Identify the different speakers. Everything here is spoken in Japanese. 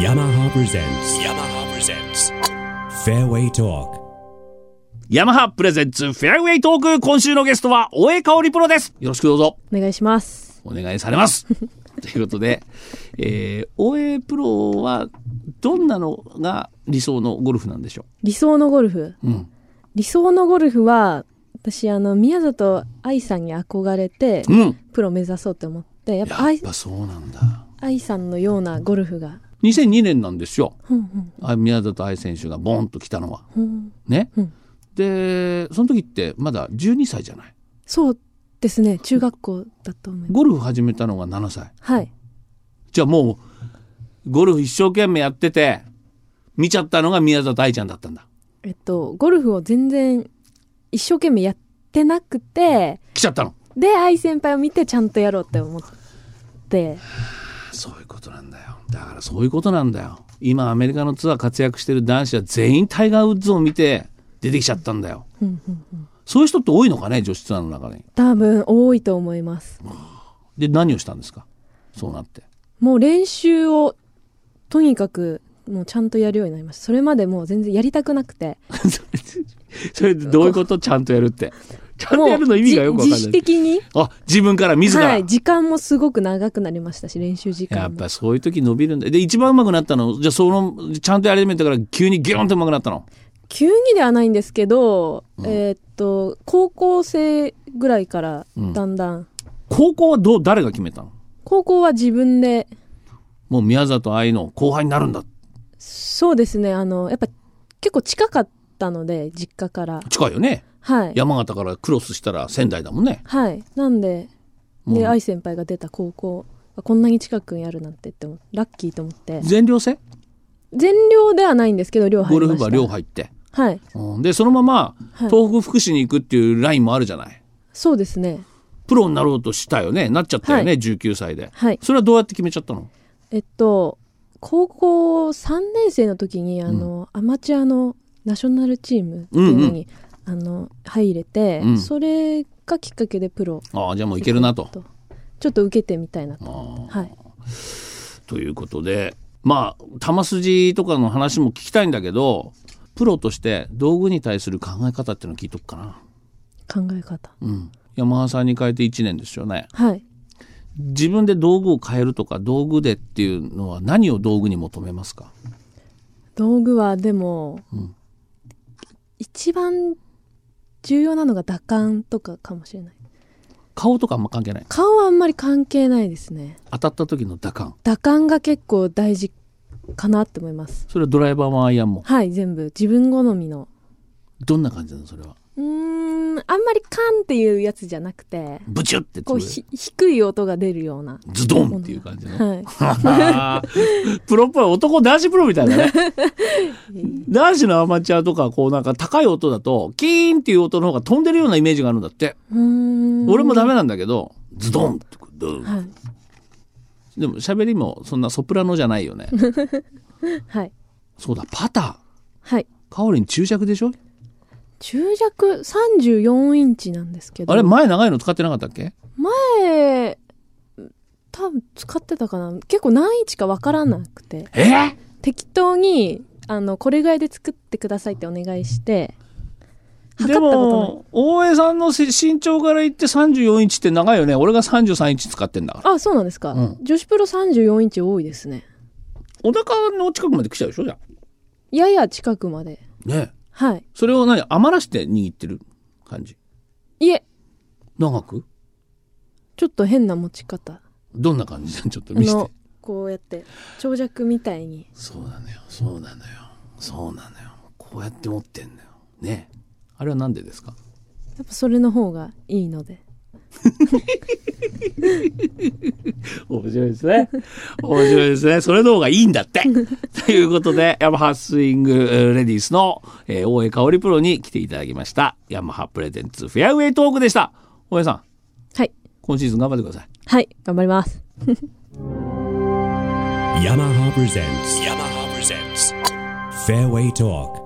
Speaker 1: yamaha presents yamaha presents fairway talk
Speaker 2: ヤマハプレゼンツフェアウェイトーク今週のゲストは大江香織プロですよろしくどうぞ
Speaker 3: お願いします。
Speaker 2: お願いされます ということで、えー、大江プロはどんなのが理想のゴルフなんでしょ
Speaker 3: 理想のゴルフ。
Speaker 2: ううん
Speaker 3: 理想のゴルフは、私、あの、宮里愛さんに憧れて、
Speaker 2: うん
Speaker 3: プロ目指そうと思って、やっぱ
Speaker 2: やっ
Speaker 3: 愛
Speaker 2: ぱそうなんだ
Speaker 3: 愛さんのようなゴルフが。
Speaker 2: 2002年なんですよ
Speaker 3: うんうん
Speaker 2: あ宮里藍選手がボーンと来たのは
Speaker 3: うん、
Speaker 2: ね、
Speaker 3: うん
Speaker 2: でその時ってまだ12歳じゃない
Speaker 3: そうですね。中学校だと思います。
Speaker 2: ゴルフ始めたのが7歳
Speaker 3: はい。
Speaker 2: じゃあもうゴルフ一生懸命やってて見ちゃったのが宮里藍ちゃんだったんだ
Speaker 3: えっと、ゴルフを全然一生懸命やってなくて、
Speaker 2: 来ちゃったの
Speaker 3: で、愛先輩を見てちゃんとやろうって思って、
Speaker 2: そういうことなんだよ。だからそういうことなんだよ。今アメリカのツアー活躍してる男子は全員タイガー・ウッズを見て出てきちゃったんだよ。
Speaker 3: うんうんうん
Speaker 2: そういう人って多いのかね、女子ツアーの中に。
Speaker 3: 多分多いと思います。
Speaker 2: で、何をしたんですかそうなって。
Speaker 3: もう練習をとにかくもうちゃんとやるようになりましたそれまでもう全然やりたくなくて
Speaker 2: それでどういうことちゃんとやるって。ちゃんとやるの意味がよくわかん
Speaker 3: も
Speaker 2: な
Speaker 3: うじ自主
Speaker 2: い。
Speaker 3: 的に、
Speaker 2: あ、自分から自ら。
Speaker 3: はい、時間もすごく長くなりましたし練習時
Speaker 2: や
Speaker 3: 間
Speaker 2: っ
Speaker 3: も
Speaker 2: ぱそういう時伸びるんだ。で、一番上手くなったの、じゃあその、ちゃんとやり始めたから急にギューンと上手くなったの。
Speaker 3: 急にではないんですけど、えーっと高校生ぐらいからだんだん、
Speaker 2: 高校はどう、誰が決めたの
Speaker 3: 高校は自分で
Speaker 2: もう宮里愛の後輩になるんだ。
Speaker 3: そうですねあのやっぱ結構近かったので実家から
Speaker 2: 近いよね。
Speaker 3: はい
Speaker 2: 山形からクロスしたら仙台だもんね。
Speaker 3: はいなんでで
Speaker 2: もう
Speaker 3: 愛先輩が出た高校がこんなに近くにあるなんてって思ラッキーと思って
Speaker 2: 全寮制
Speaker 3: 全寮ではないんですけど寮入
Speaker 2: ゴ
Speaker 3: り
Speaker 2: ル
Speaker 3: ま
Speaker 2: フ
Speaker 3: した
Speaker 2: 部は寮入って。
Speaker 3: はい
Speaker 2: うんで、そのまま
Speaker 3: はい
Speaker 2: 東北福祉に行くっていうラインもあるじゃない。
Speaker 3: そうですね
Speaker 2: プロになろうとしたよね。なっちゃったよね、
Speaker 3: は
Speaker 2: 19歳で。
Speaker 3: はい
Speaker 2: それはどうやって決めちゃったの
Speaker 3: えっと高校3年生の時にあの、アマチュアのナショナルチームっていうのに、あの入れて、
Speaker 2: うん
Speaker 3: それがきっかけでプロ
Speaker 2: ああ、じゃあもういけるなと。
Speaker 3: ちょっと受けてみたいな
Speaker 2: あ
Speaker 3: と、
Speaker 2: ー
Speaker 3: はい、
Speaker 2: ということで、まあ、球筋とかの話も聞きたいんだけど、プロとして道具に対する考え方っていうのを聞いとくかな。
Speaker 3: 考え方
Speaker 2: うん。山ハさんに変えて1年ですよね。
Speaker 3: はい
Speaker 2: 自分で道具を変えるとか、道具でっていうのは何を道具に求めますか
Speaker 3: 道具はでも、一番重要なのが打感とかかもしれない
Speaker 2: 顔とかあんま関係ない。
Speaker 3: 顔はあんまり関係ないですね
Speaker 2: 当たった時の打感。
Speaker 3: 打感が結構大事かなって思います
Speaker 2: それはドライバーもアイアンも。
Speaker 3: はい全部自分好みの
Speaker 2: どんな感じなのそれは。
Speaker 3: うーんあんまりカンっていうやつじゃなくて
Speaker 2: ブチュって
Speaker 3: こうひ低い音が出るような
Speaker 2: ズドンっていう感じの。
Speaker 3: はい
Speaker 2: プロっぽい男男子プロみたいだ ね。男子のアマチュアとかこうなんか高い音だとキーンっていう音の方が飛んでるようなイメージがあるんだって。
Speaker 3: うーん
Speaker 2: 俺もダメなんだけど、ズドンってこうドン
Speaker 3: はい
Speaker 2: でも喋りもそんなソプラノじゃない よね。
Speaker 3: はい
Speaker 2: そうだ、パター。
Speaker 3: はい
Speaker 2: カオリン注釈でしょ
Speaker 3: 中弱34インチなんですけど
Speaker 2: あれ前長いの使ってなかったっけ
Speaker 3: 前多分使ってたかな結構何インチかわからなくて
Speaker 2: えー
Speaker 3: 適当にあのこれぐらいで作ってくださいってお願いして測
Speaker 2: で
Speaker 3: ったことない
Speaker 2: も、大江さんのせ身長から言って34インチって長いよね。俺が33インチ使ってんだから。
Speaker 3: あ、そうなんですか。
Speaker 2: うん
Speaker 3: 女子プロ34インチ多いですね。
Speaker 2: お腹の近くまで来ちゃうでしょじゃ
Speaker 3: やや近くまで。
Speaker 2: あねえ
Speaker 3: はい。
Speaker 2: それを何余らして握ってる感じ。
Speaker 3: いえ、
Speaker 2: 長く
Speaker 3: ちょっと変な持ち方。あ
Speaker 2: どんな感じじゃんちょっと見せ
Speaker 3: の
Speaker 2: て。、
Speaker 3: こうやって、長尺みたいに。
Speaker 2: そうなのよ。そうなのよ。そうなのよ。こうやって持ってんだよ。ねえあれはなんでですか
Speaker 3: やっぱそれの方がいいので。
Speaker 2: 面白いですね。 面白いですね。それの方がいいんだって。 ということで、ヤマハスイングえーレディースの、えー大江香織プロに来ていただきました。ヤマハプレゼンツフェアウェイトークでした。大江さん、
Speaker 3: はい。
Speaker 2: 今シーズン頑張ってください。
Speaker 3: はい、頑張ります。
Speaker 1: yamaha presents yamaha presents fairway talk